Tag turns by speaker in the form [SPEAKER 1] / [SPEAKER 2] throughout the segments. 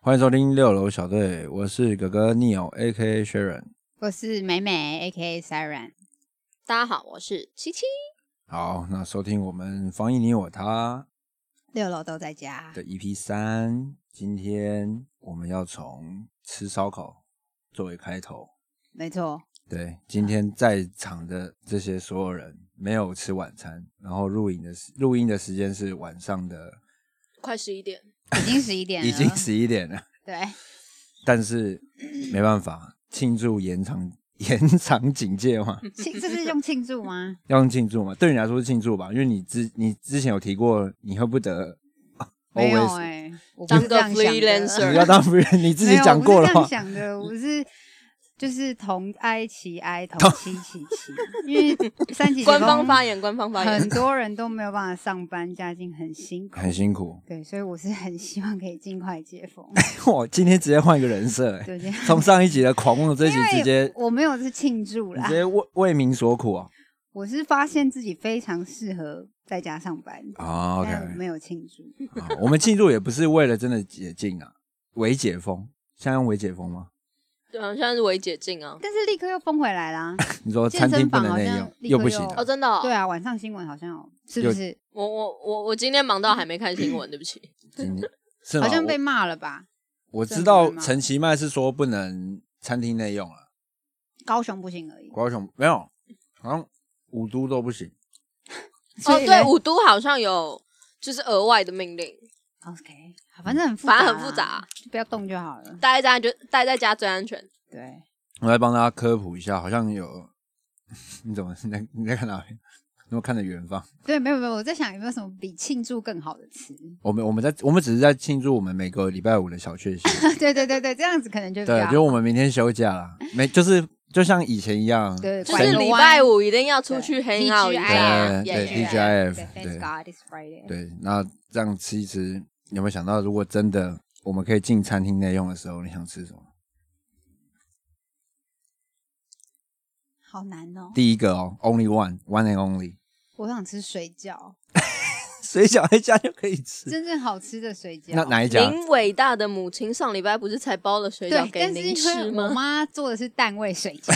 [SPEAKER 1] 欢迎收听六楼小队，我是哥哥 Neil A K Sharon。
[SPEAKER 2] 我是美美 A.K.A. Siren，
[SPEAKER 3] 大家好，我是七七。
[SPEAKER 1] 好，那收听我们防疫你我他
[SPEAKER 2] 六楼都在家。
[SPEAKER 1] 的 EP 三，今天我们要从吃烧烤作为开头。
[SPEAKER 2] 没错，
[SPEAKER 1] 对，今天在场的这些所有人没有吃晚餐，然后录影的时录音的时间是晚上的，
[SPEAKER 3] 快十一点，
[SPEAKER 2] 已经十一点了，
[SPEAKER 1] 已经十一点了。
[SPEAKER 2] 对，
[SPEAKER 1] 但是没办法，庆祝延长 延长警戒嘛，
[SPEAKER 2] 庆这是用庆祝吗？
[SPEAKER 1] 要用庆祝嘛？对你来说是庆祝吧？因为你之你之前有提过，你恨不得哦
[SPEAKER 2] 没有
[SPEAKER 1] always
[SPEAKER 2] 哎、我不是这
[SPEAKER 3] 当个
[SPEAKER 2] 样想的
[SPEAKER 3] freelancer
[SPEAKER 1] 你要当 f r 你自己讲过了
[SPEAKER 2] 没
[SPEAKER 1] 嘛
[SPEAKER 2] 有我不是？这样想的，我是就是同哀其哀，同戚其戚， 因为三级解
[SPEAKER 3] 官方
[SPEAKER 2] 封
[SPEAKER 3] 发言，官方发
[SPEAKER 2] 很
[SPEAKER 3] 言。
[SPEAKER 2] 多人都没有办法上班，家境很辛苦。
[SPEAKER 1] 很辛苦，
[SPEAKER 2] 对，所以我是很希望可以尽快 解封。
[SPEAKER 1] 我今天直接换一个人设、欸，
[SPEAKER 2] 对这样
[SPEAKER 1] 从上一集的狂妄 这一集直
[SPEAKER 2] 因为
[SPEAKER 1] 接
[SPEAKER 2] 我没啊有是庆祝
[SPEAKER 1] 你
[SPEAKER 2] 啦
[SPEAKER 1] 直，接为为民所苦啊！
[SPEAKER 2] 我是发现自己非常适合在家上班，
[SPEAKER 1] 啊，OK，
[SPEAKER 2] 但我没有庆祝。
[SPEAKER 1] 啊 我们庆祝也不是为了真的解禁啊，为解封，现在用为解封吗？
[SPEAKER 2] 嗯
[SPEAKER 3] 对啊，现在是微解禁啊。
[SPEAKER 2] 但是立刻又封回来 啦。
[SPEAKER 1] 你说餐厅不能内
[SPEAKER 2] 健身房好
[SPEAKER 1] 用
[SPEAKER 2] 像，立刻
[SPEAKER 1] 又不行
[SPEAKER 3] 哦，
[SPEAKER 1] 了，
[SPEAKER 3] 真的、哦。
[SPEAKER 2] 对，啊，晚上新闻好像有，是不是？
[SPEAKER 3] 我我我我今天忙到还没看新闻，对不起。
[SPEAKER 1] 今天是吗
[SPEAKER 2] 好像被骂了吧？
[SPEAKER 1] 我我知
[SPEAKER 2] 政
[SPEAKER 1] 道
[SPEAKER 2] 府吗
[SPEAKER 1] 陈其迈是说不能餐厅内用啊了，
[SPEAKER 2] 高雄不行而已。
[SPEAKER 1] 高雄没有，好像五都都不行。
[SPEAKER 3] 哦，
[SPEAKER 2] 所以嘞
[SPEAKER 3] 对，五都好像有就是额外的命令，
[SPEAKER 2] ，OK，好反正很复杂，
[SPEAKER 3] 反正很复杂，，啊
[SPEAKER 2] 就不要动就好了。
[SPEAKER 3] 待在家就待在家最安全。
[SPEAKER 2] 对，
[SPEAKER 1] 我来帮大家科普一下，好像有 你怎么你在你在看哪边？你怎么看着远方？
[SPEAKER 2] 对，没有没有，我在想有没有什么比庆祝更好的词？
[SPEAKER 1] 我们我们在我们只是在庆祝我们每个礼拜五的小确幸。
[SPEAKER 2] 对对对 对，这啊样子可能就比
[SPEAKER 1] 对，啊
[SPEAKER 2] 较
[SPEAKER 1] 就我们明天休假啦，没就是就像以前一样，
[SPEAKER 2] 对
[SPEAKER 3] 就
[SPEAKER 1] 神
[SPEAKER 3] 是
[SPEAKER 2] 拐个
[SPEAKER 3] 礼
[SPEAKER 2] 弯
[SPEAKER 3] 拜五一定要出去 hang out 一
[SPEAKER 2] TGIF
[SPEAKER 1] 对
[SPEAKER 3] 下，
[SPEAKER 1] 对
[SPEAKER 3] Yeah, yeah,
[SPEAKER 1] TGIF
[SPEAKER 3] yeah
[SPEAKER 2] 对
[SPEAKER 1] TGIF，对
[SPEAKER 2] ，Thank God it's Friday。
[SPEAKER 1] 对，那这样吃一吃，有没有想到如果真的我们可以进餐厅内用的时候，你想吃什么？
[SPEAKER 2] 好难哦，
[SPEAKER 1] 第一个哦，Only One One and Only，
[SPEAKER 2] 我想吃水饺，
[SPEAKER 1] 水饺在家就可以吃。
[SPEAKER 2] 真正好吃的水饺。
[SPEAKER 1] 那哪一家？
[SPEAKER 3] 您伟大的母亲上礼拜不是才包了水饺
[SPEAKER 2] 对，
[SPEAKER 3] 给
[SPEAKER 2] 但是
[SPEAKER 3] 您
[SPEAKER 2] 因为
[SPEAKER 3] 吃
[SPEAKER 2] 我
[SPEAKER 3] 吗？
[SPEAKER 2] 妈做的是蛋味水饺，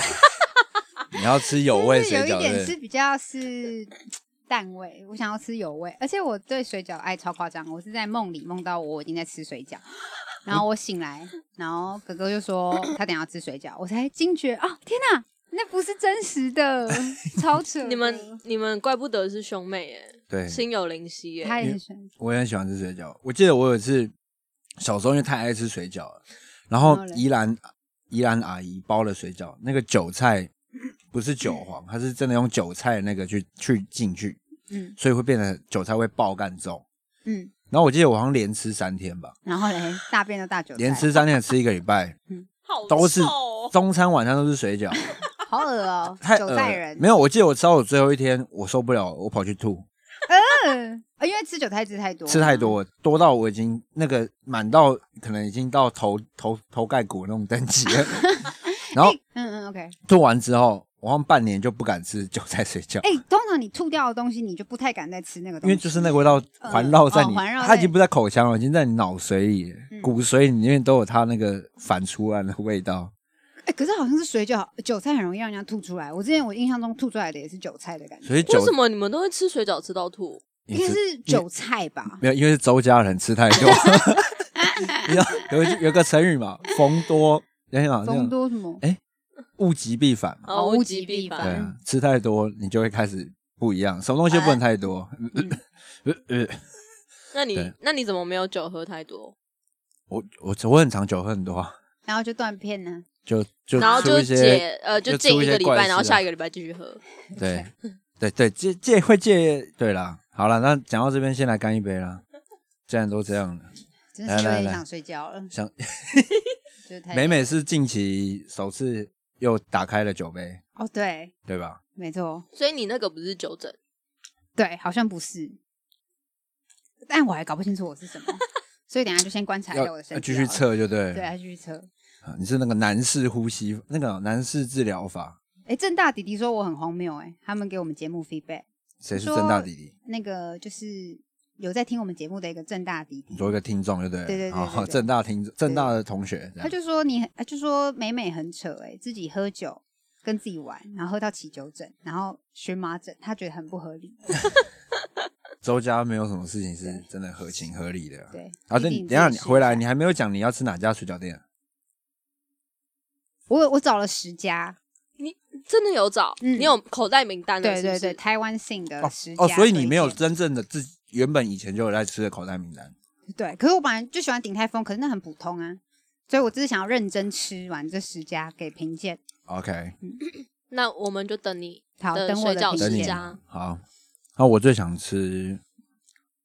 [SPEAKER 1] 你要吃有味水
[SPEAKER 2] 有一
[SPEAKER 1] 饺
[SPEAKER 2] 点
[SPEAKER 1] 对
[SPEAKER 2] 是
[SPEAKER 1] 不
[SPEAKER 2] 比较是淡味，我想要吃有味，而且我对水饺爱超夸张，我是在梦里梦到我已经在吃水饺，然后我醒来，然后哥哥就说他等一下要吃水饺，我才惊觉哦，天哪，那不是真实的，超扯的！
[SPEAKER 3] 你
[SPEAKER 2] 嗯
[SPEAKER 3] 们你们怪不得是兄妹耶，
[SPEAKER 1] 对？对，
[SPEAKER 3] 心有灵犀耶。
[SPEAKER 2] 他也很喜欢，
[SPEAKER 1] 我也很喜欢吃水饺。我记得我有一次小时候因为太爱吃水饺了，然后
[SPEAKER 2] 然后嘞
[SPEAKER 1] 宜兰宜兰阿姨包了水饺，那个韭菜不是韭黄，它是真的用韭菜的那个去去进去，
[SPEAKER 2] 嗯
[SPEAKER 1] 所以会变得韭菜会爆干重。
[SPEAKER 2] 嗯，
[SPEAKER 1] 然后我记得我好像连吃三天吧，
[SPEAKER 2] 然后嘞，大便都大韭菜，
[SPEAKER 1] 连吃三天吃一个礼拜，
[SPEAKER 3] 好
[SPEAKER 1] 都是
[SPEAKER 3] 臭哦
[SPEAKER 1] 中餐晚餐都是水 饺，
[SPEAKER 2] 好恶哦、
[SPEAKER 1] 太
[SPEAKER 2] 韭
[SPEAKER 1] 恶
[SPEAKER 2] 菜
[SPEAKER 1] 了。
[SPEAKER 2] 人
[SPEAKER 1] 没有，我记得我吃到我最后一天，我受不了，我跑去吐，
[SPEAKER 2] 嗯啊因为吃韭菜吃太多，
[SPEAKER 1] 吃太，多了，多到我已经那个满到可能已经到头头头盖骨那种等级 了。然后
[SPEAKER 2] 嗯嗯，OK，
[SPEAKER 1] 吐完之后，我好像半年就不敢吃韭菜水饺，
[SPEAKER 2] 哎、通常你吐掉的东西，你就不太敢再吃那个东
[SPEAKER 1] 因
[SPEAKER 2] 西，
[SPEAKER 1] 为就是那个味道
[SPEAKER 2] 呃
[SPEAKER 1] 环绕在你，
[SPEAKER 2] 哦环绕在
[SPEAKER 1] 它已经不在口腔了，已经在你脑髓里了、
[SPEAKER 2] 嗯
[SPEAKER 1] 骨髓里面都有它那个反出来的味道。
[SPEAKER 2] 哎、可是好像是水饺，韭菜很容易让人家吐出来。我之前我印象中吐出来的也是韭菜的感觉，
[SPEAKER 1] 所以
[SPEAKER 3] 为
[SPEAKER 1] 韭
[SPEAKER 3] 什么你们都会吃水饺吃到吐？
[SPEAKER 2] 应该是韭菜吧？
[SPEAKER 1] 没有，因为是周家人吃太 多。你知道有一句有个成语嘛，逢多，你想那
[SPEAKER 2] 丰
[SPEAKER 1] 种
[SPEAKER 2] 多什么？
[SPEAKER 1] 物极必反
[SPEAKER 3] 啊
[SPEAKER 1] 嘛。
[SPEAKER 2] 哦物极必
[SPEAKER 1] 对
[SPEAKER 2] 反
[SPEAKER 1] 啊，吃太多你就会开始不一样，什么东西都不能太多。
[SPEAKER 2] 哎嗯
[SPEAKER 1] 呃呃，呃
[SPEAKER 3] 那你
[SPEAKER 1] 对
[SPEAKER 3] 那你怎么没有酒喝太多？
[SPEAKER 1] 我我我很常酒喝很多啊，
[SPEAKER 2] 然后就断片呢？
[SPEAKER 1] 就就
[SPEAKER 3] 然后
[SPEAKER 1] 出
[SPEAKER 3] 就
[SPEAKER 1] 一些
[SPEAKER 3] 解呃，
[SPEAKER 1] 就
[SPEAKER 3] 就戒
[SPEAKER 1] 出一
[SPEAKER 3] 一
[SPEAKER 1] 些
[SPEAKER 3] 个礼
[SPEAKER 1] 怪事
[SPEAKER 3] 拜，
[SPEAKER 1] 啊
[SPEAKER 3] 然后下一个礼拜继续喝。
[SPEAKER 1] 对
[SPEAKER 2] 嗯
[SPEAKER 1] 对对戒戒会戒对啦。好了，那讲到这边先来干一杯啦。既然都这样了，
[SPEAKER 2] 真的是有
[SPEAKER 1] 来来来
[SPEAKER 2] 点想睡觉了，
[SPEAKER 1] 想
[SPEAKER 2] 就是太
[SPEAKER 1] 美美是近期首次又打开了酒杯，
[SPEAKER 2] 哦，对，
[SPEAKER 1] 对吧？
[SPEAKER 2] 没错，
[SPEAKER 3] 所以你那个不是酒疹，
[SPEAKER 2] 对，好像不是，但我还搞不清楚我 是什么，所以等一下就先观察一
[SPEAKER 1] 要
[SPEAKER 2] 下我的身
[SPEAKER 1] 要
[SPEAKER 2] 体，啊
[SPEAKER 1] 继续，测就对了。
[SPEAKER 2] 对，还继续测。
[SPEAKER 1] 啊你是那个男士呼吸那个男士治疗法，
[SPEAKER 2] 哎、正大弟弟说我很荒谬，哎，他们给我们节目 feedback，
[SPEAKER 1] 谁是
[SPEAKER 2] 说
[SPEAKER 1] 正大弟弟？
[SPEAKER 2] 那个就是有在听我们节目的一个正大弟弟
[SPEAKER 1] 你，做一个听众就对了，
[SPEAKER 2] 对对对
[SPEAKER 1] 好
[SPEAKER 2] 对对
[SPEAKER 1] 正大听正大的同学，这
[SPEAKER 2] 他
[SPEAKER 1] 样
[SPEAKER 2] 就说你很，他就说美美很扯哎、自己喝酒跟自己玩，然后喝到起酒疹，然后荨麻疹，他觉得很不合理。
[SPEAKER 1] 周家没有什么事情是
[SPEAKER 2] 对
[SPEAKER 1] 真的合情合理的啊。
[SPEAKER 2] 对，
[SPEAKER 1] 啊，
[SPEAKER 2] 弟
[SPEAKER 1] 对，
[SPEAKER 2] 弟
[SPEAKER 1] 你
[SPEAKER 2] 你
[SPEAKER 1] 等一下
[SPEAKER 2] 自
[SPEAKER 1] 你
[SPEAKER 2] 己试
[SPEAKER 1] 回来，
[SPEAKER 2] 一下
[SPEAKER 1] 你还没有讲你要吃哪家水饺店啊？
[SPEAKER 2] 我我找了十家，
[SPEAKER 3] 真的有找，
[SPEAKER 2] 嗯
[SPEAKER 3] 你有口袋名单了，
[SPEAKER 2] 对
[SPEAKER 3] 是不
[SPEAKER 2] 对
[SPEAKER 3] 是
[SPEAKER 2] 对，台湾性的
[SPEAKER 1] 哦
[SPEAKER 2] 呃十家
[SPEAKER 1] 哦，所以你没有
[SPEAKER 2] 推荐
[SPEAKER 1] 真正的自己原本以前就有在吃的口袋名单。
[SPEAKER 2] 对，可是我本来就喜欢鼎泰丰，可是那很普通啊，所以我只是想要认真吃完这十家给评鉴。
[SPEAKER 1] OK，
[SPEAKER 3] 那我们就等你
[SPEAKER 2] 好，
[SPEAKER 3] 的
[SPEAKER 2] 等我
[SPEAKER 3] 水
[SPEAKER 2] 的
[SPEAKER 3] 饺
[SPEAKER 2] 评
[SPEAKER 1] 等
[SPEAKER 3] 十
[SPEAKER 1] 你
[SPEAKER 2] 鉴。
[SPEAKER 3] 家
[SPEAKER 1] 好。那我最想吃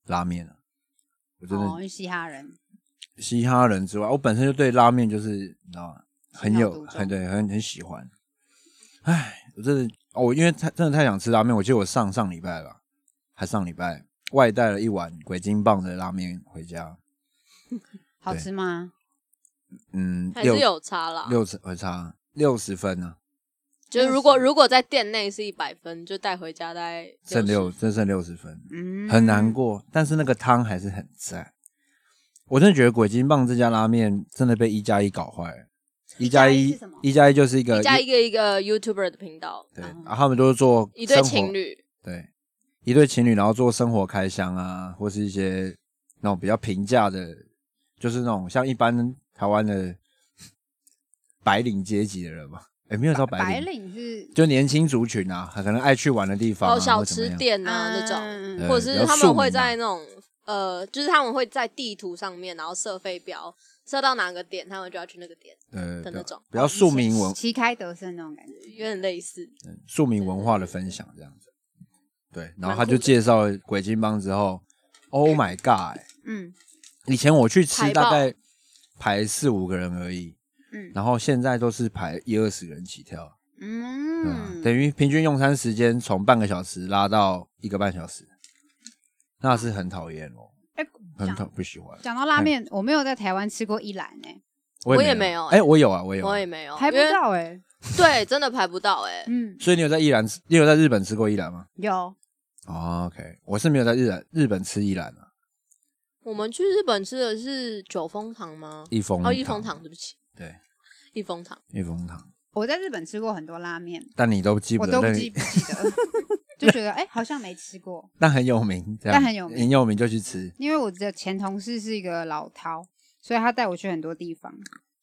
[SPEAKER 1] 拉面了，我真
[SPEAKER 2] 哦，
[SPEAKER 1] 的
[SPEAKER 2] 因为嘻哈人，
[SPEAKER 1] 嘻哈人之外，我本身就对拉面就是你知道吗？很
[SPEAKER 2] 情有
[SPEAKER 1] 有
[SPEAKER 2] 独
[SPEAKER 1] 很
[SPEAKER 2] 钟
[SPEAKER 1] 对很很喜欢。唉，我真的哦，我因为太真的太想吃拉面，我记得我上上礼拜吧，还上礼拜外带了一碗鬼金棒的拉面回家，
[SPEAKER 2] 好
[SPEAKER 1] 对
[SPEAKER 2] 吃吗？
[SPEAKER 1] 嗯，
[SPEAKER 3] 还
[SPEAKER 1] 六
[SPEAKER 3] 是有差啦。
[SPEAKER 1] 六十会差六十分啊呢、
[SPEAKER 3] 就是如果如果在店内是一百分，就带回家大概
[SPEAKER 1] 剩
[SPEAKER 3] 60
[SPEAKER 1] 六真剩六十分，
[SPEAKER 2] 嗯，
[SPEAKER 1] 很难。过。但是那个汤还是很赞。我真的觉得鬼金棒这家拉面真的被一加一搞坏了。一加
[SPEAKER 2] 一加一
[SPEAKER 1] 一
[SPEAKER 2] 是什么，
[SPEAKER 1] 一加一呃就是一个
[SPEAKER 3] 你加一个一个 YouTuber 的频道，
[SPEAKER 1] 对，
[SPEAKER 2] 嗯
[SPEAKER 1] 啊，他们都是做
[SPEAKER 3] 一对
[SPEAKER 1] 生活
[SPEAKER 3] 情，侣，
[SPEAKER 1] 对，一对情侣，然后做生活开箱啊，或是一些那种比较平价的，就是那种像一般台湾的白领阶级的人嘛，哎，没有到
[SPEAKER 2] 白
[SPEAKER 1] 领，
[SPEAKER 2] 领是
[SPEAKER 1] 就年轻族群啊，可能爱去玩的地方啊，
[SPEAKER 3] 哦，小
[SPEAKER 1] 或怎么
[SPEAKER 3] 吃
[SPEAKER 1] 样
[SPEAKER 3] 店啊那种，
[SPEAKER 2] 嗯
[SPEAKER 1] 对
[SPEAKER 3] 或者
[SPEAKER 1] 呃比
[SPEAKER 3] 是
[SPEAKER 1] 较啊
[SPEAKER 3] 他
[SPEAKER 1] 庶民
[SPEAKER 3] 们会
[SPEAKER 1] 嘛
[SPEAKER 3] 在那种呃，就是他们会在地图上面，然后设飞镖，设到哪个点，他们就要去那个点，
[SPEAKER 1] 呃比较
[SPEAKER 3] 的那种哦
[SPEAKER 1] 比较庶民文
[SPEAKER 2] 嗯旗开得胜那种感觉。
[SPEAKER 3] 有点类似。
[SPEAKER 1] 庶民文化的分享这样子。对，然后他
[SPEAKER 3] 蛮
[SPEAKER 1] 就
[SPEAKER 3] 酷的
[SPEAKER 1] 介绍了鬼金帮之后，Oh my god！、欸
[SPEAKER 2] 嗯
[SPEAKER 1] 以前我去吃
[SPEAKER 3] 排
[SPEAKER 1] 大
[SPEAKER 3] 爆
[SPEAKER 1] 概排四五个人而已，
[SPEAKER 2] 嗯
[SPEAKER 1] 然后现在都是排一二十个人起跳，对啊
[SPEAKER 2] 嗯，
[SPEAKER 1] 等于平均用餐时间从半个小时拉到一个半小时，那是很讨厌哦，
[SPEAKER 2] 哎
[SPEAKER 1] 很嗯
[SPEAKER 2] 讲
[SPEAKER 1] 讨不喜欢。
[SPEAKER 2] 讲到拉面，我没有在台湾吃过一兰诶，
[SPEAKER 1] 我
[SPEAKER 3] 我也
[SPEAKER 1] 没
[SPEAKER 3] 没有欸
[SPEAKER 1] 哎、我有啊，我有啊、
[SPEAKER 3] 我也没有，
[SPEAKER 2] 排不
[SPEAKER 3] 哦因为
[SPEAKER 2] 到诶。
[SPEAKER 3] 对，真的排不到哎、
[SPEAKER 2] 嗯，
[SPEAKER 1] 所以你有在宜兰吃，你有在日本吃过宜兰吗、
[SPEAKER 2] 有
[SPEAKER 1] 哦、？OK，我是没有在日本日本吃宜兰啊，
[SPEAKER 3] 我们去日本吃的是九峰堂吗？
[SPEAKER 1] 一风
[SPEAKER 3] 哦，一风堂，对不起，
[SPEAKER 1] 对，
[SPEAKER 3] 一风堂。
[SPEAKER 1] 一风堂，
[SPEAKER 2] 我在日本吃过很多拉面，
[SPEAKER 1] 但你都记不
[SPEAKER 2] 我
[SPEAKER 1] 得
[SPEAKER 2] 都
[SPEAKER 1] 那
[SPEAKER 2] 不
[SPEAKER 1] 个
[SPEAKER 2] 记不记得， 就觉得哎好像没吃过，
[SPEAKER 1] 但很有名，这样
[SPEAKER 2] 但很有名
[SPEAKER 1] 很有名就去吃。
[SPEAKER 2] 因为我的前同事是一个老饕，所以他带我去很多地方。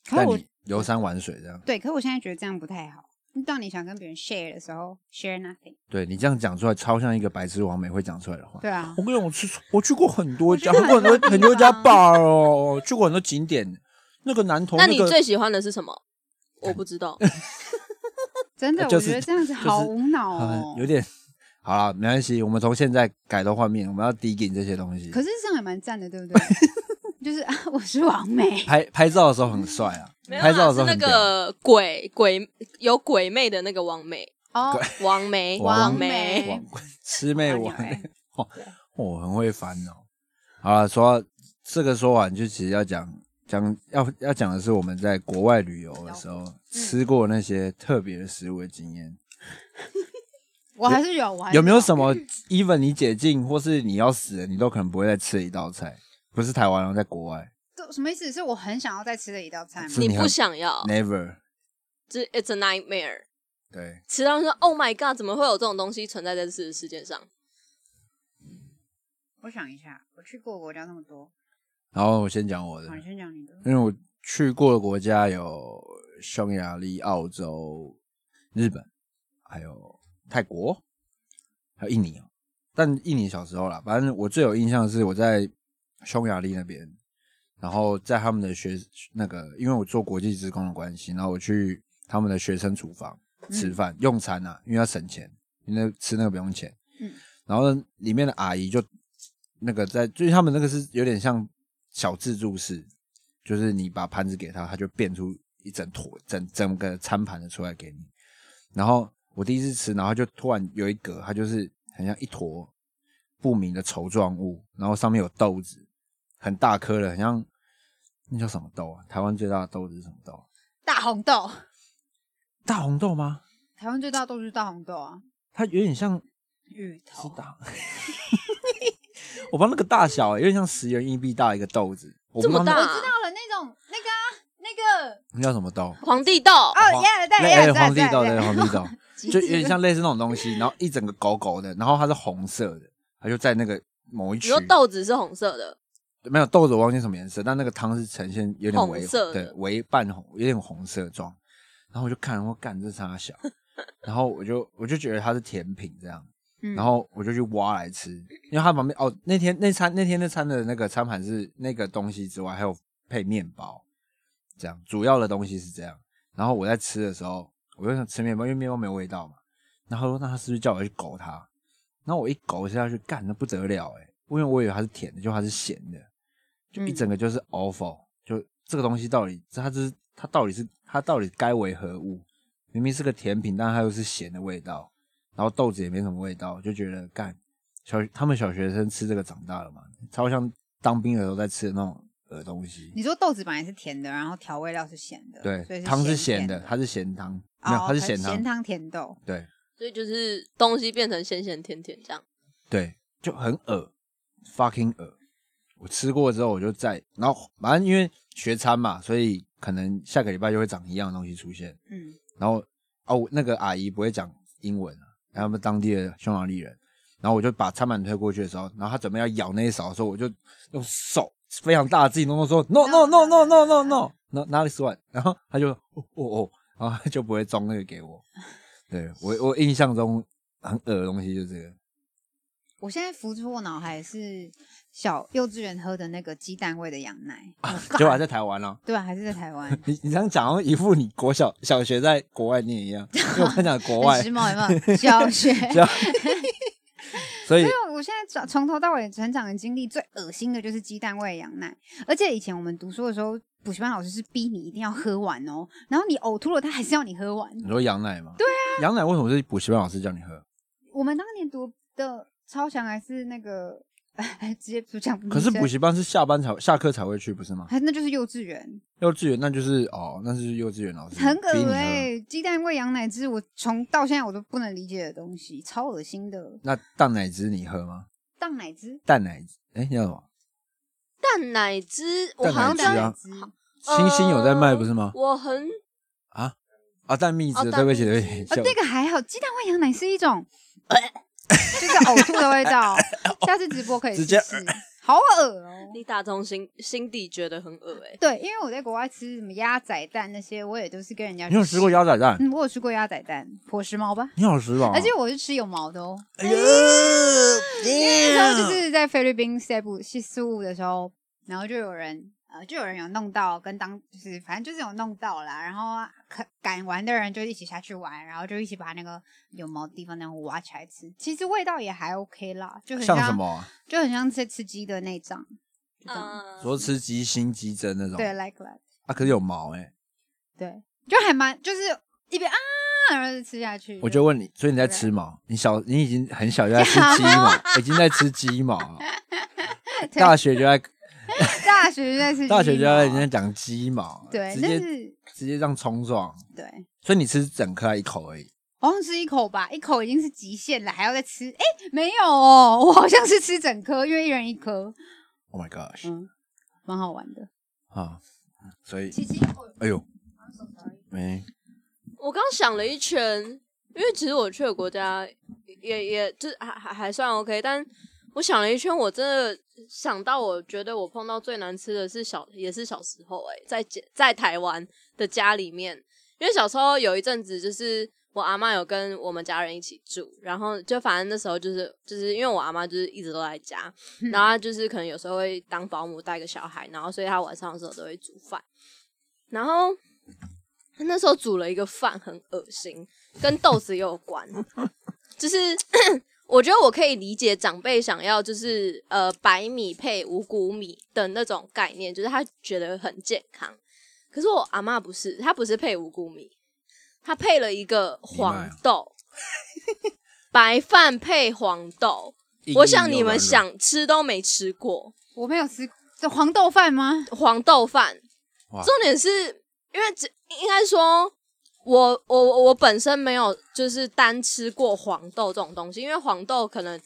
[SPEAKER 2] 可
[SPEAKER 1] 但
[SPEAKER 2] 是我
[SPEAKER 1] 你游山玩水这样，
[SPEAKER 2] 对，可是我现在觉得这样不太好。当你想跟别人 share 的时候，share nothing。
[SPEAKER 1] 对你这样讲出来，超像一个白痴王美会讲出来的话。
[SPEAKER 2] 对啊，
[SPEAKER 1] 我跟你讲，我吃我去过很多家，
[SPEAKER 2] 我去
[SPEAKER 1] 去
[SPEAKER 2] 过
[SPEAKER 1] 过很多
[SPEAKER 2] 很多地
[SPEAKER 1] 很多家
[SPEAKER 2] 方
[SPEAKER 1] bar 哦，去过很多景点。那个南投
[SPEAKER 3] 那
[SPEAKER 1] 那
[SPEAKER 3] 你
[SPEAKER 1] 个
[SPEAKER 3] 最喜欢的是什么？我不 知道，
[SPEAKER 2] 真的，
[SPEAKER 1] 呃就
[SPEAKER 2] 我
[SPEAKER 1] 是
[SPEAKER 2] 觉得这样子
[SPEAKER 1] 是
[SPEAKER 2] 好无脑
[SPEAKER 1] 啊
[SPEAKER 2] 哦。
[SPEAKER 1] 有点好了，没关系，我们从现在改头换面，我们要 digging 这些东西。
[SPEAKER 2] 可是这样也蛮赞的，对不 对？就是啊，我是王美，
[SPEAKER 1] 拍拍照的时候很帅啊，
[SPEAKER 3] 没有
[SPEAKER 1] 拍照
[SPEAKER 3] 啦，
[SPEAKER 1] 的时
[SPEAKER 3] 是
[SPEAKER 1] 候
[SPEAKER 3] 那
[SPEAKER 1] 很屌。
[SPEAKER 3] 个鬼鬼有鬼妹的那个王梅，
[SPEAKER 2] 哦，
[SPEAKER 3] 王梅，
[SPEAKER 1] 王
[SPEAKER 3] 梅，
[SPEAKER 2] 王
[SPEAKER 1] 王魑魅魍
[SPEAKER 2] 王美
[SPEAKER 1] 魉，哇，我很会翻 哦。好了，说到这个说完，就其实要讲讲要要讲的是我们在国外旅游的时候
[SPEAKER 3] 嗯
[SPEAKER 1] 吃过那些特别的食物的经验。
[SPEAKER 2] 我还是有，我还是
[SPEAKER 1] 有没有什么，even 你解禁或是你要死了，你都可能不会再吃的一道菜？不是台湾哦，在国外
[SPEAKER 2] 这什么意思？是我很想要再吃的一道菜吗？
[SPEAKER 1] 是
[SPEAKER 3] 你
[SPEAKER 1] 你
[SPEAKER 3] 不
[SPEAKER 1] 很
[SPEAKER 3] 想
[SPEAKER 2] 哦
[SPEAKER 3] 要，
[SPEAKER 1] ，never。
[SPEAKER 3] 这 it's a nightmare。
[SPEAKER 1] 对，
[SPEAKER 3] 吃到说 Oh my God，怎么会有这种东西存在在这世界上？
[SPEAKER 2] 我想一下，我去过国家那么多，
[SPEAKER 1] 然后我先讲我的
[SPEAKER 2] 好，，你先讲你的。
[SPEAKER 1] 因为我去过的国家有匈牙利、澳洲、日本，还有泰国，还有印尼哦。但印尼小时候啦，反正我最有印象的是我在匈牙利那边，然后在他们的学那个，因为我做国际职工的关系，然后我去他们的学生厨房吃饭、用餐啊，因为要省钱，因为吃那个不用钱。
[SPEAKER 2] 嗯
[SPEAKER 1] 然后呢，里面的阿姨就那个在，就是他们那个是有点像小自助式，就是你把盘子给他，他就变出一整坨整整个餐盘的出来给你。然后我第一次吃，然后就突然有一格，它就是很像一坨不明的稠状物，然后上面有豆子，很大颗的，很像那叫什么豆啊？台湾最大的豆子是什么豆？啊
[SPEAKER 2] 大红豆，
[SPEAKER 1] 大红豆吗？
[SPEAKER 2] 台湾最大豆就是大红豆啊，
[SPEAKER 1] 它有点像
[SPEAKER 2] 芋
[SPEAKER 1] 是
[SPEAKER 2] 头。
[SPEAKER 1] 大， 我帮那个大小、欸，有点像十元硬币大一个豆子，我不
[SPEAKER 3] 这
[SPEAKER 1] 知道
[SPEAKER 3] 么
[SPEAKER 1] 那
[SPEAKER 3] 大
[SPEAKER 2] 我知道了，那种那个啊那个
[SPEAKER 1] 那叫什么豆，
[SPEAKER 3] 皇帝豆，
[SPEAKER 2] 哦耶，对
[SPEAKER 1] 那
[SPEAKER 2] 耶，
[SPEAKER 1] 哎皇帝豆，
[SPEAKER 2] 对
[SPEAKER 1] 对，皇帝 豆，
[SPEAKER 2] 对
[SPEAKER 1] 就有点像类似那种东西，然后一整个狗狗的，然后它是红色的，它就在那个某一
[SPEAKER 3] 你
[SPEAKER 1] 区
[SPEAKER 3] 说，豆子是红色的，
[SPEAKER 1] 没有豆子，我忘记什么颜色，但那个汤是呈现有点
[SPEAKER 3] 红
[SPEAKER 1] 微
[SPEAKER 3] 色的
[SPEAKER 1] 对，微半红，有点红色状。然后我就看，我干这啥 小，然后我就我就觉得它是甜品这样，
[SPEAKER 2] 嗯
[SPEAKER 1] 然后我就去挖来吃，因为它旁边哦，那天那餐那天那餐的那个餐盘是那个东西之外，还有配面包，这样主要的东西是这样。然后我在吃的时候，我就想吃面包，因为面包没有味道嘛。然后那他是不是叫我去勾它？然后我一勾下去，干那不得了哎、因为我以为它是甜的，就它是咸的，就一
[SPEAKER 2] 嗯
[SPEAKER 1] 整个就是 awful，、就这个东西到底它这是它到底是它到底该为何物？明明是个甜品，但它又是咸的味道。然后豆子也没什么味道，就觉得干小他们小学生吃这个长大了嘛，超像当兵的时候在吃的那种呃东西。
[SPEAKER 2] 你说豆子本来是甜的，然后调味料是咸的，所以
[SPEAKER 1] 对，汤是咸
[SPEAKER 2] 的
[SPEAKER 1] 的，，它是咸汤，
[SPEAKER 2] 哦
[SPEAKER 1] 没有它是
[SPEAKER 2] 可
[SPEAKER 1] 咸
[SPEAKER 2] 能咸
[SPEAKER 1] 汤，
[SPEAKER 2] 汤甜豆，
[SPEAKER 1] 对
[SPEAKER 3] 所以就是东西变成咸咸甜甜这样。
[SPEAKER 1] 对，就很恶，fucking 恶。我吃过之后，我就再，然后反正因为学餐嘛，所以可能下个礼拜就会长一样的东西出现。
[SPEAKER 2] 嗯，
[SPEAKER 1] 然后哦，我那个阿姨不会讲英文啊，然后他们当地的匈牙利人，然后我就把餐盘推过去的时候，然后她准备要咬那一勺的时候，我就用手非常大的自己弄动说 no no no no no no no no not this one，然后她就哦哦哦，然后她就不会装那个给我。对我我印象中很恶的东西就是这个，
[SPEAKER 2] 我现在浮出我脑海是小幼稚园喝的那个鸡蛋味的羊奶，Oh
[SPEAKER 1] 结果
[SPEAKER 2] God
[SPEAKER 1] 还在台湾了、啊
[SPEAKER 2] 对啊吧？还是在台湾，很
[SPEAKER 1] 你你这样讲，好像一副你国小小学在国外念一 样，因为我看讲 国外
[SPEAKER 2] 时，髦，有 没有？小学。
[SPEAKER 1] 这样所以
[SPEAKER 2] 对，我现在从从头到尾成长的经历，最恶心的就是鸡蛋味的羊奶。而且以前我们读书的时候，补习班老师是逼你一定要喝完哦，然后你呕吐了，他还是要你喝完。
[SPEAKER 1] 你说羊奶吗？对啊，嗯羊奶为什么是补习班老师叫你喝？
[SPEAKER 2] 我们当年读的超强还是那个， 直接不讲名称。
[SPEAKER 1] 可是补习班是下班才下课才会去，不是吗？
[SPEAKER 2] 还那就是幼稚园，
[SPEAKER 1] 幼稚园那就是哦，那是幼稚园老师
[SPEAKER 2] 很
[SPEAKER 1] 逼你
[SPEAKER 2] 恶
[SPEAKER 1] 喝
[SPEAKER 2] 哎、鸡蛋喂羊奶汁，我从到现在我都不能理解的东西，超恶心的。
[SPEAKER 1] 那蛋奶汁你喝吗？
[SPEAKER 2] 当奶汁，
[SPEAKER 1] 蛋奶汁，哎，你叫什么？
[SPEAKER 3] 蛋奶汁，我
[SPEAKER 1] 蛋
[SPEAKER 3] 好像
[SPEAKER 1] 汁啊
[SPEAKER 2] 蛋
[SPEAKER 3] 在
[SPEAKER 2] 奶汁，
[SPEAKER 1] 星星有在卖不是吗？
[SPEAKER 3] 我很
[SPEAKER 1] 啊，哦蛋蜜汁，呃
[SPEAKER 3] 哦
[SPEAKER 1] 对不起，
[SPEAKER 3] 蛋
[SPEAKER 1] 对不
[SPEAKER 3] 蜜
[SPEAKER 1] 起
[SPEAKER 3] 汁，
[SPEAKER 2] 哦，
[SPEAKER 1] 笑
[SPEAKER 2] 那个还好，鸡蛋喂羊奶是一种，就是呕吐的味 道。下次直播可以
[SPEAKER 1] 直
[SPEAKER 2] 试
[SPEAKER 1] 接
[SPEAKER 2] 试，好恶哦。
[SPEAKER 3] 你打从心心底觉得很恶哎、
[SPEAKER 2] 对，因为我在国外吃什么鸭仔蛋那些，我也都是跟人家。
[SPEAKER 1] 你有吃过？鸭仔哦蛋？
[SPEAKER 2] 嗯，我有吃过鸭仔蛋，颇时髦吧？
[SPEAKER 1] 你有吃吧？
[SPEAKER 2] 而且我是吃有毛的哦。
[SPEAKER 1] 啊哎呦，哎
[SPEAKER 2] 那时候就
[SPEAKER 1] damn
[SPEAKER 2] 是在菲律宾西部西苏务的时候，然后就有人呃，就有人有弄到跟当就是反正就是有弄到啦，然后啊可敢玩的人就一起下去玩，然后就一起把那个有毛的地方那样挖起来吃，其实味道也还 OK 啦，就很
[SPEAKER 1] 像什么啊？
[SPEAKER 2] 就很像在吃鸡的内脏，就这样
[SPEAKER 3] 嗯，
[SPEAKER 1] 说吃鸡心鸡胗那种，
[SPEAKER 2] 对，like that，
[SPEAKER 1] 啊，可是有毛哎。
[SPEAKER 2] 对，就还蛮就是一边啊，然后就吃下去，
[SPEAKER 1] 我就问你，所以你在吃毛？你小，你已经很小就在吃鸡 毛，已经在吃鸡毛了，大学就在
[SPEAKER 2] 大学就在吃鸡毛，啊
[SPEAKER 1] 大学就在人家讲鸡毛，
[SPEAKER 2] 对
[SPEAKER 1] 直
[SPEAKER 2] 但
[SPEAKER 1] 接
[SPEAKER 2] 是
[SPEAKER 1] 直接这样冲撞，
[SPEAKER 2] 对。
[SPEAKER 1] 所以你吃整颗还一口而已。
[SPEAKER 2] 好像吃一口吧，一口已经是极限了，还要再吃？哎、没有哦，我好像是吃整颗，因为一人一颗，
[SPEAKER 1] Oh my gosh！
[SPEAKER 2] 嗯，蛮好玩的。
[SPEAKER 1] 啊，所以
[SPEAKER 2] 其实我
[SPEAKER 1] 哎呦，
[SPEAKER 2] 嗯
[SPEAKER 1] 没
[SPEAKER 3] 我刚想了一圈，因为其实我去的国家也也就是还还还算 OK，但我想了一圈，我真的想到，我觉得我碰到最难吃的是小也是小时候哎、在家在台湾的家里面，因为小时候有一阵子就是。我阿妈有跟我们家人一起住，然后就反正那时候就是就是因为我阿妈就是一直都在家，然后她就是可能有时候会当保姆带个小孩，然后所以她晚上的时候都会煮饭，然后他那时候煮了一个饭，很恶心，跟豆子也有关。就是 我觉得我可以理解长辈想要就是呃白米配五谷米的那种概念，就是他觉得很健康。可是我阿妈不是，她不是配五谷米，她配了一个黄豆， 白饭配黄豆。我想你们，想吃都没吃过
[SPEAKER 2] 我没有吃这黄豆饭吗？
[SPEAKER 3] 黄豆饭，
[SPEAKER 1] 哇
[SPEAKER 3] 重点是因为只应该说，我我我本身没有就是单吃过黄豆这种东西，因为黄豆可能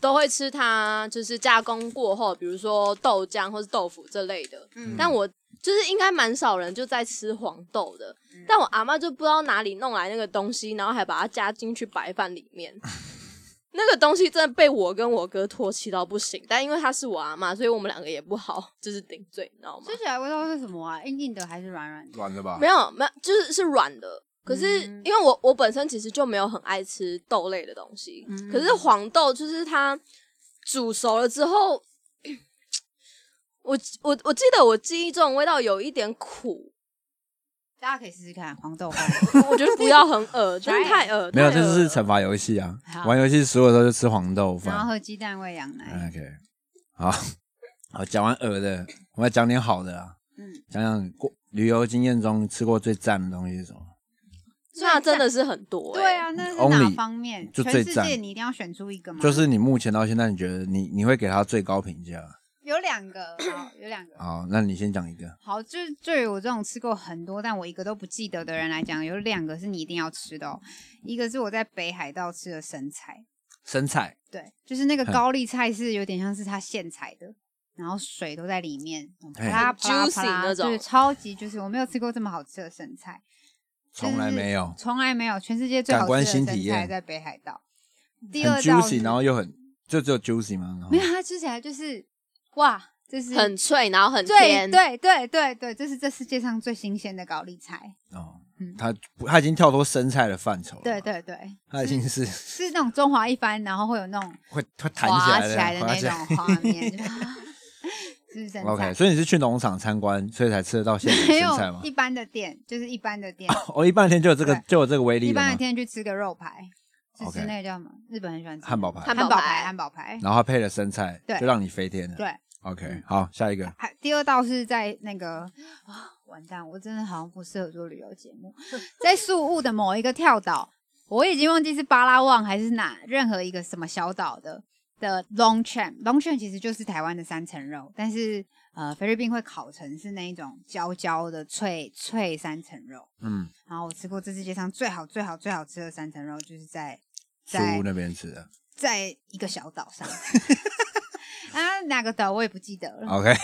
[SPEAKER 3] 都会吃它，就是加工过后，比如说豆浆或是豆腐这类的。
[SPEAKER 2] 嗯
[SPEAKER 3] 但我就是应该蛮少人就在吃黄豆的，
[SPEAKER 2] 嗯
[SPEAKER 3] 但我阿妈就不知道哪里弄来那个东西，然后还把它加进去白饭里 面。那个东西真的被我跟我哥唾弃到不行，但因为他是我阿妈，所以我们两个也不好，就是顶罪，你知道吗
[SPEAKER 2] 吃？起来味道是什么啊？硬硬的还是软软的？
[SPEAKER 1] 软的吧？
[SPEAKER 3] 没有，没有，就是是软的。可是
[SPEAKER 2] 嗯
[SPEAKER 3] 因为我我本身其实就没有很爱吃豆类的东西，
[SPEAKER 2] 嗯
[SPEAKER 3] 可是黄豆就是它煮熟了之后， 我我我记得我记忆中味道有一点苦，
[SPEAKER 2] 大家可以试试看黄豆饭。
[SPEAKER 3] 我觉得不要很恶，真的
[SPEAKER 2] Try
[SPEAKER 3] 太恶，
[SPEAKER 1] 没有，
[SPEAKER 3] 太
[SPEAKER 1] 这
[SPEAKER 3] 恶
[SPEAKER 1] 就是
[SPEAKER 3] 了
[SPEAKER 1] 惩罚游戏啊
[SPEAKER 2] 好！
[SPEAKER 1] 玩游戏输的时候就吃黄豆
[SPEAKER 2] 然后
[SPEAKER 1] 饭。
[SPEAKER 2] 喝鸡蛋喂羊奶。
[SPEAKER 1] OK，好， 好，讲完恶的，我们来讲点好的啊。
[SPEAKER 2] 嗯，
[SPEAKER 1] 讲讲过旅游经验中吃过最赞的东西是什么？
[SPEAKER 3] 那真的是很多、欸，
[SPEAKER 2] 对，啊，那是哪
[SPEAKER 1] Only
[SPEAKER 2] 方面？
[SPEAKER 1] 就
[SPEAKER 2] 全
[SPEAKER 1] 最
[SPEAKER 2] 世
[SPEAKER 1] 赞
[SPEAKER 2] 界你一定要选出一个吗？
[SPEAKER 1] 就是你目前到现在，你觉得你你会给他最高评价？
[SPEAKER 2] 有两个，好，有两个。
[SPEAKER 1] 好，那你先讲一个。
[SPEAKER 2] 好，就是对于我这种吃过很多但我一个都不记得的人来讲，有两个是你一定要吃的哦。一个是我在北海道吃的生菜，
[SPEAKER 1] 生菜，
[SPEAKER 2] 对，就是那个
[SPEAKER 1] 哼
[SPEAKER 2] 高丽菜是有点像是它现采的，然后水都在里面，嗯啪
[SPEAKER 1] 嘿
[SPEAKER 2] 啦啪啦
[SPEAKER 3] Juicy
[SPEAKER 2] 啪啦，
[SPEAKER 3] 那种
[SPEAKER 2] 对，超级就是我没有吃过这么好吃的生菜，
[SPEAKER 1] 从来没有，
[SPEAKER 2] 从来没有，全世界最
[SPEAKER 1] 感
[SPEAKER 2] 好
[SPEAKER 1] 官
[SPEAKER 2] 吃
[SPEAKER 1] 新
[SPEAKER 2] 的生
[SPEAKER 1] 体
[SPEAKER 2] 菜
[SPEAKER 1] 验
[SPEAKER 2] 在北海道。第
[SPEAKER 1] 很
[SPEAKER 2] 二道
[SPEAKER 1] juicy，
[SPEAKER 2] 是
[SPEAKER 1] 然后又很就只有 juicy 吗？然后
[SPEAKER 2] 没有，它吃起来就是哇，就是
[SPEAKER 3] 欸很脆，然后很
[SPEAKER 2] 最
[SPEAKER 3] 甜，
[SPEAKER 2] 对对对对，这是这世界上最新鲜的高丽菜。
[SPEAKER 1] 哦
[SPEAKER 2] 嗯，
[SPEAKER 1] 他他已经跳脱生菜的范畴了。
[SPEAKER 2] 对，对对，
[SPEAKER 1] 他已经是
[SPEAKER 2] 是那种中华一番，然后会有那种
[SPEAKER 1] 会会弹
[SPEAKER 2] 滑
[SPEAKER 1] 起
[SPEAKER 2] 起
[SPEAKER 1] 来
[SPEAKER 2] 来
[SPEAKER 1] 的，
[SPEAKER 2] 的
[SPEAKER 1] 滑
[SPEAKER 2] 那
[SPEAKER 1] 起 来
[SPEAKER 2] 种画面， 就是生
[SPEAKER 1] OK，
[SPEAKER 2] 菜。
[SPEAKER 1] 所以你是去农场参观，所以才吃得到 现
[SPEAKER 2] 没
[SPEAKER 1] 成生菜
[SPEAKER 2] 有
[SPEAKER 1] 吗
[SPEAKER 2] 一？般的店，就是一般的店，
[SPEAKER 1] 哦，一半天就有这个
[SPEAKER 2] 对
[SPEAKER 1] 就有这个威力
[SPEAKER 2] 一
[SPEAKER 1] 了
[SPEAKER 2] 般的
[SPEAKER 1] 吗？
[SPEAKER 2] 店去吃个肉排，就
[SPEAKER 1] OK
[SPEAKER 2] 是那个叫什么？日本很喜欢吃
[SPEAKER 1] 汉堡排
[SPEAKER 2] 汉
[SPEAKER 3] 汉
[SPEAKER 2] 堡
[SPEAKER 3] 堡
[SPEAKER 2] 排，
[SPEAKER 3] 排
[SPEAKER 2] 汉堡排。
[SPEAKER 1] 然后配了生菜，
[SPEAKER 2] 对
[SPEAKER 1] 就让你飞天了。
[SPEAKER 2] 对，
[SPEAKER 1] OK，好，下一个
[SPEAKER 2] 还第二道是在那个啊，完蛋，我真的好像不适合做旅游节目，在宿雾的某一个跳岛，我已经忘记是巴拉望还是哪任何一个什么小岛的的 long chain long chain 其实就是台湾的三层肉，但是呃菲律宾会烤成是那一种焦焦的脆脆三层肉，
[SPEAKER 1] 嗯，
[SPEAKER 2] 然后我吃过这世界上最好最好最好吃的三层肉，就是在
[SPEAKER 1] 苏
[SPEAKER 2] 在
[SPEAKER 1] 那边吃的。
[SPEAKER 2] 在一个小岛上。 啊，哪个岛我也不记得了，
[SPEAKER 1] OK，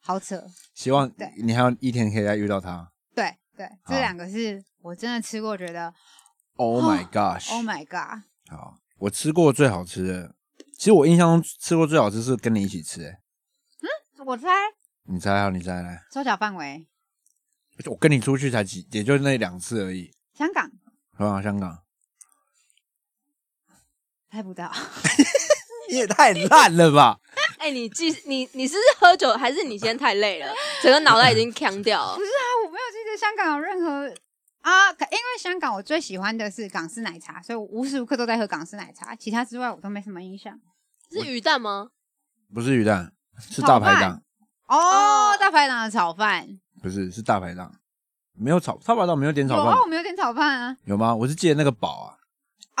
[SPEAKER 2] 好扯。
[SPEAKER 1] 希望
[SPEAKER 2] 对
[SPEAKER 1] 你还有一天可以再遇到他。
[SPEAKER 2] 对对，这
[SPEAKER 1] 好
[SPEAKER 2] 两个是我真的吃过，觉得
[SPEAKER 1] Oh my gosh！
[SPEAKER 2] Oh my god，
[SPEAKER 1] 好，我吃过最好吃的，其实我印象中吃过最好吃是跟你一起吃、欸，
[SPEAKER 2] 我猜
[SPEAKER 1] 你猜啊，你猜来，
[SPEAKER 2] 缩小范围，
[SPEAKER 1] 我跟你出去才几，也就那两次而已，
[SPEAKER 2] 香港
[SPEAKER 1] 是吧？香港，
[SPEAKER 2] 猜不到，
[SPEAKER 1] 你也太烂了吧！
[SPEAKER 3] 哎、你记你你是不是喝酒，还是你今天太累了，整个脑袋已经呛掉 了？
[SPEAKER 2] 啊，我没有记得香港有任何啊，可因为香港我最喜欢的是港式奶茶，所以我无时无刻都在喝港式奶茶，其他之外我都没什么印象。
[SPEAKER 3] 是鱼蛋吗？
[SPEAKER 1] 不是鱼蛋，是大排
[SPEAKER 2] 炒
[SPEAKER 1] 档，
[SPEAKER 2] 哦，
[SPEAKER 3] 哦
[SPEAKER 2] 大排档的炒饭，
[SPEAKER 1] 不是是大排档，没有炒大排档没有点
[SPEAKER 2] 有
[SPEAKER 1] 炒饭
[SPEAKER 2] 啊，我们有点炒饭啊，
[SPEAKER 1] 有吗？我是记得那个宝啊，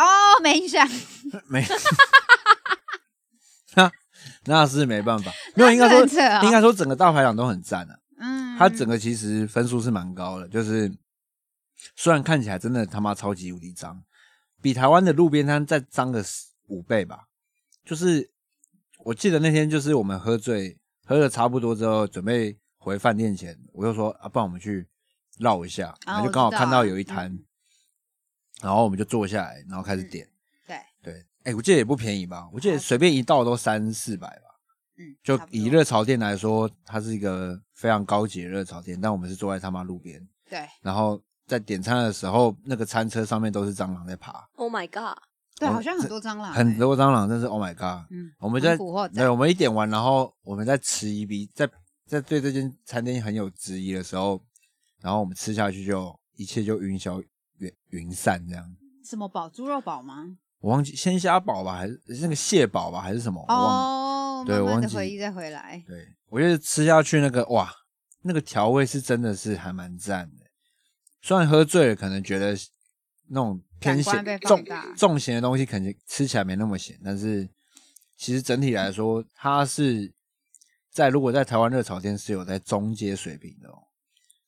[SPEAKER 2] 哦，没印象，
[SPEAKER 1] 没，那那是没办法，没有应该
[SPEAKER 2] 那
[SPEAKER 1] 说
[SPEAKER 2] 很扯哦
[SPEAKER 1] 应该说整个大排档都很赞啊，
[SPEAKER 2] 嗯，
[SPEAKER 1] 它整个其实分数是蛮高的，就是虽然看起来真的他妈超级无敌脏，比台湾的路边摊再脏个十五倍吧。就是我记得那天就是我们喝醉，喝的差不多之后，准备回饭店前，我就说啊，不然我们去绕一下，然后就刚好
[SPEAKER 2] 哦我知道
[SPEAKER 1] 看到有一摊，
[SPEAKER 2] 嗯
[SPEAKER 1] 然后我们就坐下来，然后开始点。
[SPEAKER 2] 对，哦
[SPEAKER 1] 对，哎、我记得也不便宜吧？我记得随便一道都三四百吧。
[SPEAKER 2] 嗯，
[SPEAKER 1] 就
[SPEAKER 2] 差不
[SPEAKER 1] 以
[SPEAKER 2] 多
[SPEAKER 1] 热潮店来说，它是一个非常高级的热潮店，但我们是坐在他妈路边，
[SPEAKER 2] 对
[SPEAKER 1] 然后在点餐的时候，那个餐车上面都是蟑螂在爬，
[SPEAKER 3] Oh my god！
[SPEAKER 2] 对，
[SPEAKER 1] 我
[SPEAKER 2] 好像很多蟑螂，
[SPEAKER 1] 很，多蟑螂，真是 Oh my god！
[SPEAKER 2] 嗯，
[SPEAKER 1] 我们
[SPEAKER 2] 啊很
[SPEAKER 1] 在
[SPEAKER 2] 古惑
[SPEAKER 1] 对，
[SPEAKER 2] 仔，
[SPEAKER 1] 我们一点完，然后我们在迟疑比在在对这间餐厅很有质疑的时候，然后我们吃下去就一切就云消云云散这样。
[SPEAKER 2] 什么堡猪肉堡吗？
[SPEAKER 1] 我忘记鲜虾堡吧，还是那个蟹堡吧，还是什么？我忘了。
[SPEAKER 2] 哦，
[SPEAKER 1] 对
[SPEAKER 2] 慢
[SPEAKER 1] 我
[SPEAKER 2] 慢
[SPEAKER 1] 忘
[SPEAKER 2] 的
[SPEAKER 1] 记
[SPEAKER 2] 回忆再回来，
[SPEAKER 1] 对，我觉得吃下去那个哇，那个调味是真的是还蛮赞的。虽然喝醉了，可能觉得那种偏
[SPEAKER 2] 感官
[SPEAKER 1] 咸
[SPEAKER 2] 被放
[SPEAKER 1] 重
[SPEAKER 2] 大
[SPEAKER 1] 重咸的东西，可能吃起来没那么咸，但是其实整体来说，它是在如果在台湾热炒店是有在中阶水平的哦，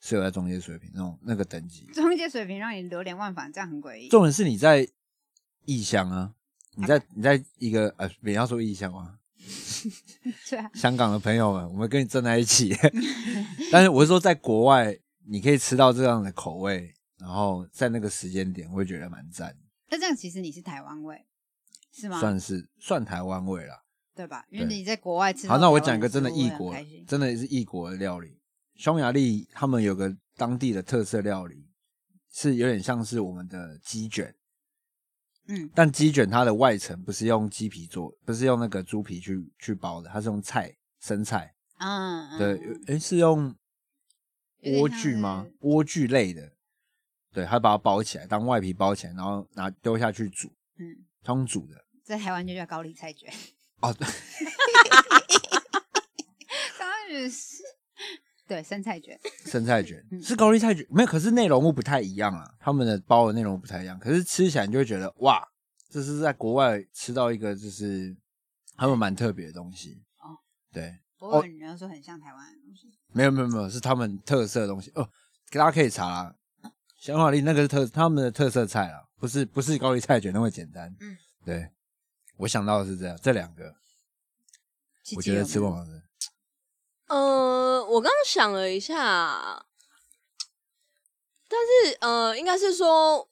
[SPEAKER 1] 是有在中阶水平那种那个等级。
[SPEAKER 2] 中介水平让你流连忘返，这样很诡异。
[SPEAKER 1] 重点是你在异乡啊，你在你在一个呃，不要说异乡啊，
[SPEAKER 2] 对啊，
[SPEAKER 1] 香港的朋友们，我们跟你站在一起。 但是我是说，在国外你可以吃到这样的口味，然后在那个时间点，我会觉得蛮赞，
[SPEAKER 2] 那这样其实你是台湾味，是吗？
[SPEAKER 1] 算是算台湾味啦。
[SPEAKER 2] 对吧？因为
[SPEAKER 1] 对
[SPEAKER 2] 你在国外吃到
[SPEAKER 1] 好，
[SPEAKER 2] 台湾食物。
[SPEAKER 1] 那我讲一个真的
[SPEAKER 2] 我也
[SPEAKER 1] 异
[SPEAKER 2] 很
[SPEAKER 1] 国
[SPEAKER 2] 开心，
[SPEAKER 1] 真的是异国的料理。匈牙利他们有个当地的特色料理，是有点像是我们的鸡卷，
[SPEAKER 2] 嗯，
[SPEAKER 1] 但鸡卷它的外层不是用鸡皮做，不是用那个猪皮去去包的，它是用菜生菜，
[SPEAKER 2] 嗯，嗯
[SPEAKER 1] 对，
[SPEAKER 2] 嗯
[SPEAKER 1] 诶、是用
[SPEAKER 2] 有点
[SPEAKER 1] 莴
[SPEAKER 2] 像
[SPEAKER 1] 苣吗
[SPEAKER 2] 是？
[SPEAKER 1] 莴苣类的，对，它把它包起来，当外皮包起来，然后拿丢下去煮，
[SPEAKER 2] 嗯，
[SPEAKER 1] 它用煮的。
[SPEAKER 2] 在台湾就叫高丽菜卷，
[SPEAKER 1] 哦，对
[SPEAKER 2] 高丽卷是，对，生菜卷，
[SPEAKER 1] 生菜卷
[SPEAKER 2] 嗯
[SPEAKER 1] 是高丽菜卷，没有，可是内容物不太一样啊，他们的包的内容物不太一样，可是吃起来你就会觉得哇，这是在国外吃到一个就是他们蛮特别的东西
[SPEAKER 2] 哦
[SPEAKER 1] 对，
[SPEAKER 2] 不过人家说很像台湾的东西，
[SPEAKER 1] 没有没有没有，是他们特色的东西哦，大家可以查啦。小马丽那个是特他们的特色菜啦，不是不是高丽菜卷那么简单。
[SPEAKER 2] 嗯，
[SPEAKER 1] 对，我想到的是这样，这两个
[SPEAKER 2] 鸡
[SPEAKER 1] 我
[SPEAKER 2] 鸡
[SPEAKER 1] 觉得
[SPEAKER 2] 有
[SPEAKER 1] 吃
[SPEAKER 2] 没
[SPEAKER 1] 不
[SPEAKER 2] 有
[SPEAKER 1] 完的。
[SPEAKER 3] 呃，我刚刚想了一下，但是呃，应该是说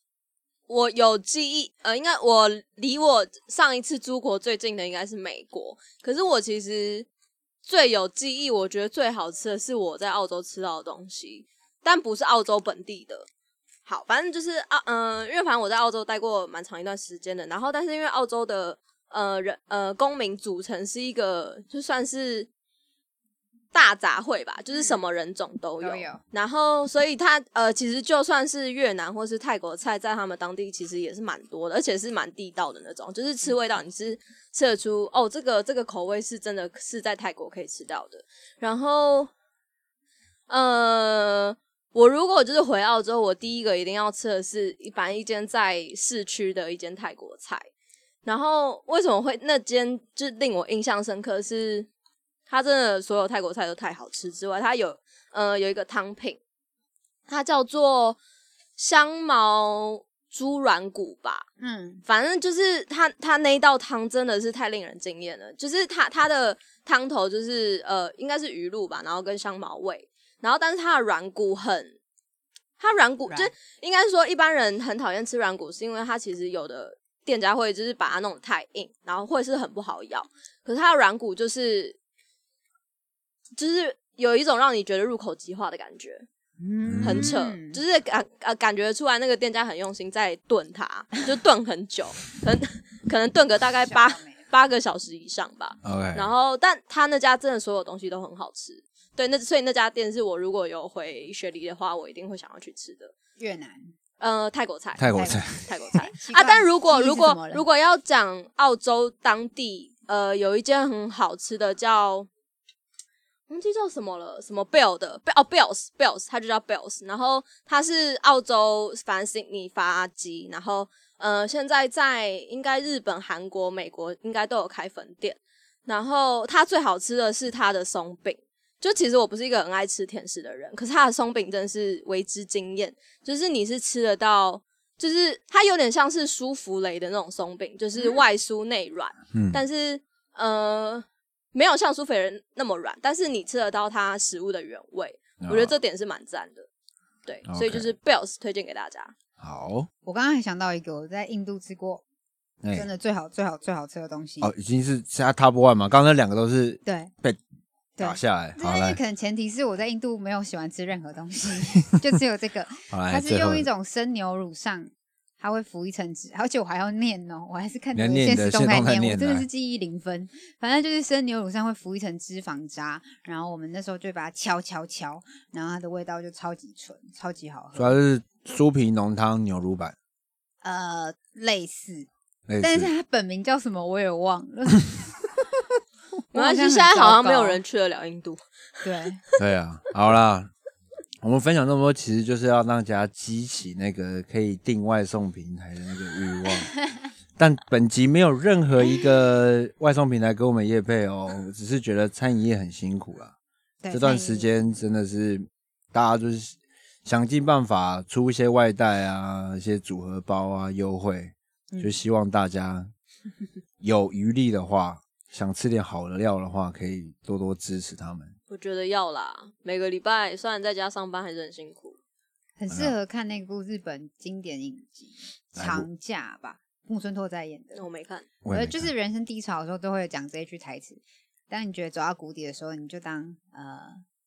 [SPEAKER 3] 我有记忆，呃，应该我离我上一次出国最近的应该是美国，可是我其实最有记忆，我觉得最好吃的是我在澳洲吃到的东西，但不是澳洲本地的。好，反正就是澳，嗯、因为反正我在澳洲待过蛮长一段时间的，然后但是因为澳洲的呃人呃公民组成是一个就算是大杂烩吧，就是什么人种嗯都有，
[SPEAKER 2] 都有
[SPEAKER 3] 然后所以它呃其实就算是越南或是泰国菜，在他们当地其实也是蛮多的，而且是蛮地道的那种，就是吃味道你是吃得出哦，这个这个口味是真的是在泰国可以吃到的，然后呃。我如果就是回澳洲，我第一个一定要吃的是一般一间在市区的一间泰国菜。然后为什么会那间就令我印象深刻是，它真的所有泰国菜都太好吃之外，它有呃有一个汤品，它叫做香茅猪软骨吧，
[SPEAKER 2] 嗯，
[SPEAKER 3] 反正就是它它那一道汤真的是太令人惊艳了，就是它它的汤头就是呃应该是鱼露吧，然后跟香茅味，然后但是它的软骨很，它软骨
[SPEAKER 2] 软
[SPEAKER 3] 就是应该说一般人很讨厌吃软骨，是因为它其实有的店家会就是把它弄得太硬，然后会是很不好咬，可是它的软骨就是就是有一种让你觉得入口即化的感觉，
[SPEAKER 2] 嗯
[SPEAKER 3] 很扯，就是感呃感觉出来那个店家很用心在炖它，就炖很久，可能可能炖个大概八
[SPEAKER 2] 想到没了
[SPEAKER 3] 八个小时以上吧。
[SPEAKER 1] OK，
[SPEAKER 3] 然后，但他那家真的所有东西都很好吃，对，那所以那家店是我如果有回雪梨的话，我一定会想要去吃的。
[SPEAKER 2] 越南
[SPEAKER 3] 呃，泰国菜，
[SPEAKER 1] 泰国菜，
[SPEAKER 3] 泰国菜
[SPEAKER 2] 奇怪
[SPEAKER 3] 啊，但如果
[SPEAKER 2] 记忆是
[SPEAKER 3] 如果
[SPEAKER 2] 怎么了
[SPEAKER 3] 如果要讲澳洲当地，呃，有一间很好吃的叫。忘记叫什么了，什么 Bill 的 Bill 哦 Bills Bills，它就叫 Bills。然后它是澳洲反悉尼发机，然后呃，现在在应该日本、韩国、美国应该都有开分店。然后它最好吃的是它的松饼，就其实我不是一个很爱吃甜食的人，可是它的松饼真的是为之惊艳，就是你是吃得到，就是它有点像是舒芙蕾的那种松饼，
[SPEAKER 2] 嗯
[SPEAKER 3] 就是外酥内软，
[SPEAKER 1] 嗯，
[SPEAKER 3] 但是呃没有像苏菲人那么软，但是你吃得到它食物的原味，
[SPEAKER 1] 嗯
[SPEAKER 2] 哦
[SPEAKER 3] 我觉得这点是蛮赞的。对，所以
[SPEAKER 1] OK
[SPEAKER 3] 就是 Bells 推荐给大家。
[SPEAKER 1] 好，
[SPEAKER 2] 我刚刚还想到一个，我在印度吃过
[SPEAKER 1] 哎、
[SPEAKER 2] 真的最好最好最好吃的东西，
[SPEAKER 1] 哦，已经是加 Top One 嘛，刚刚那两个都是
[SPEAKER 2] 对
[SPEAKER 1] 被
[SPEAKER 2] 对
[SPEAKER 1] 打。下来，好
[SPEAKER 2] 但是
[SPEAKER 1] 来
[SPEAKER 2] 可能前提是我在印度没有喜欢吃任何东西， 就只有这个。
[SPEAKER 1] 好来，
[SPEAKER 2] 它是
[SPEAKER 1] 最后
[SPEAKER 2] 用一种生牛乳上，它会浮一层纸，而且我还要念哦，我还是看
[SPEAKER 1] 你
[SPEAKER 2] 你
[SPEAKER 1] 要
[SPEAKER 2] 的
[SPEAKER 1] 念
[SPEAKER 2] 现
[SPEAKER 1] 的
[SPEAKER 2] 实动
[SPEAKER 1] 现
[SPEAKER 2] 态
[SPEAKER 1] 动态
[SPEAKER 2] 念，
[SPEAKER 1] 念
[SPEAKER 2] 我真的
[SPEAKER 1] 来
[SPEAKER 2] 是记忆零分。反正就是生牛乳上会浮一层脂肪渣，然后我们那时候就会把它敲敲敲，然后它的味道就超级纯，超级好
[SPEAKER 1] 主
[SPEAKER 2] 喝。
[SPEAKER 1] 要是酥皮浓汤牛乳版，
[SPEAKER 2] 呃，类似，
[SPEAKER 1] 类
[SPEAKER 2] 但
[SPEAKER 1] 似
[SPEAKER 2] 是它本名叫什么我也忘 了。
[SPEAKER 3] 没
[SPEAKER 2] 我
[SPEAKER 3] 关系，
[SPEAKER 2] 很
[SPEAKER 3] 现在好像没有
[SPEAKER 2] 糟糕
[SPEAKER 3] 人去得了印度。
[SPEAKER 2] 对，
[SPEAKER 1] 对啊，好啦，我们分享这么多，其实就是要让大家激起那个可以订外送平台的那个欲望。但本集没有任何一个外送平台给我们业配哦，我只是觉得餐饮业很辛苦啦。
[SPEAKER 2] 对
[SPEAKER 1] 这段
[SPEAKER 2] 餐饮
[SPEAKER 1] 时间真的是大家就是想尽办法出一些外带啊，一些组合包啊，优惠，
[SPEAKER 2] 嗯
[SPEAKER 1] 就希望大家有余力的话，想吃点好的料的话，可以多多支持他们。
[SPEAKER 3] 我觉得要啦，每个礼拜虽然在家上班还是很辛苦，
[SPEAKER 2] 很适合看那部日本经典影集
[SPEAKER 1] 嗯
[SPEAKER 2] 《
[SPEAKER 1] 哪一部
[SPEAKER 2] 长假》吧，木村拓哉演的
[SPEAKER 3] 那。我没看。
[SPEAKER 1] 我也没
[SPEAKER 2] 呃，就是人生低潮的时候都会讲这一句台词。当你觉得走到谷底的时候，你就当呃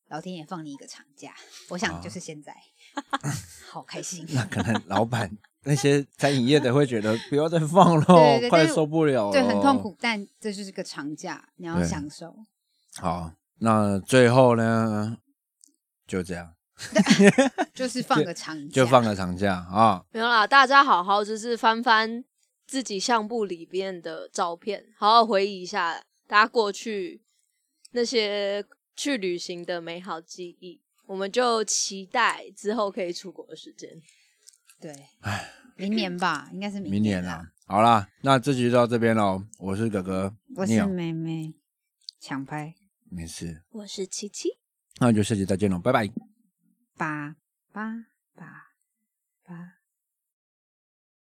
[SPEAKER 2] 老天爷放你一个长假。我想
[SPEAKER 1] 哦
[SPEAKER 2] 就是 现在，好开心。
[SPEAKER 1] 看可能老板那些餐饮业的会觉得不要再放
[SPEAKER 2] 对
[SPEAKER 1] 喽，
[SPEAKER 2] 对
[SPEAKER 1] 快
[SPEAKER 2] 但是
[SPEAKER 1] 受不了了，
[SPEAKER 2] 对，很痛苦，但这就是个长假，你要
[SPEAKER 1] 哦对
[SPEAKER 2] 享受。
[SPEAKER 1] 好，那最后呢，就这样，
[SPEAKER 2] 就是 放个长假，
[SPEAKER 1] 就放个长假啊。
[SPEAKER 3] 没有啦，大家好好就是翻翻自己相簿里边的照片，好好回忆一下大家过去那些去旅行的美好记忆。我们就期待之后可以出国的时间。
[SPEAKER 2] 对，明年吧，应该是
[SPEAKER 1] 明
[SPEAKER 2] 年
[SPEAKER 1] 年啊啦。，好啦，那这集就到这边喽。我是哥哥，
[SPEAKER 2] 我是
[SPEAKER 1] Neil，
[SPEAKER 2] 妹妹，抢拍
[SPEAKER 1] 没事，
[SPEAKER 3] 我是琪琪。
[SPEAKER 1] 那就下期再见喽，拜拜。
[SPEAKER 2] 八八。